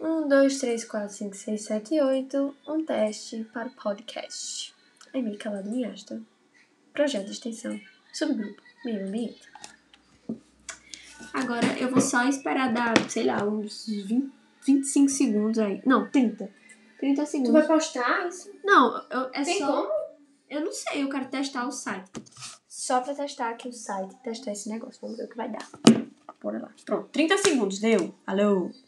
Um, dois, três, quatro, cinco, seis, sete, oito. Um teste para o podcast. Amy Calado Niasta. Projeto de extensão. Subgrupo. Meio ambiente. Agora eu vou só esperar dar, sei lá, uns 20, 25 segundos aí. Não, 30. 30 Tu segundos. vai postar isso? Não, eu, é Tem só. como? Eu não sei, eu quero testar o site. Só pra testar aqui o site, testar esse negócio. Vamos ver o que vai dar. Bora lá. Pronto, 30 segundos, deu. Alô?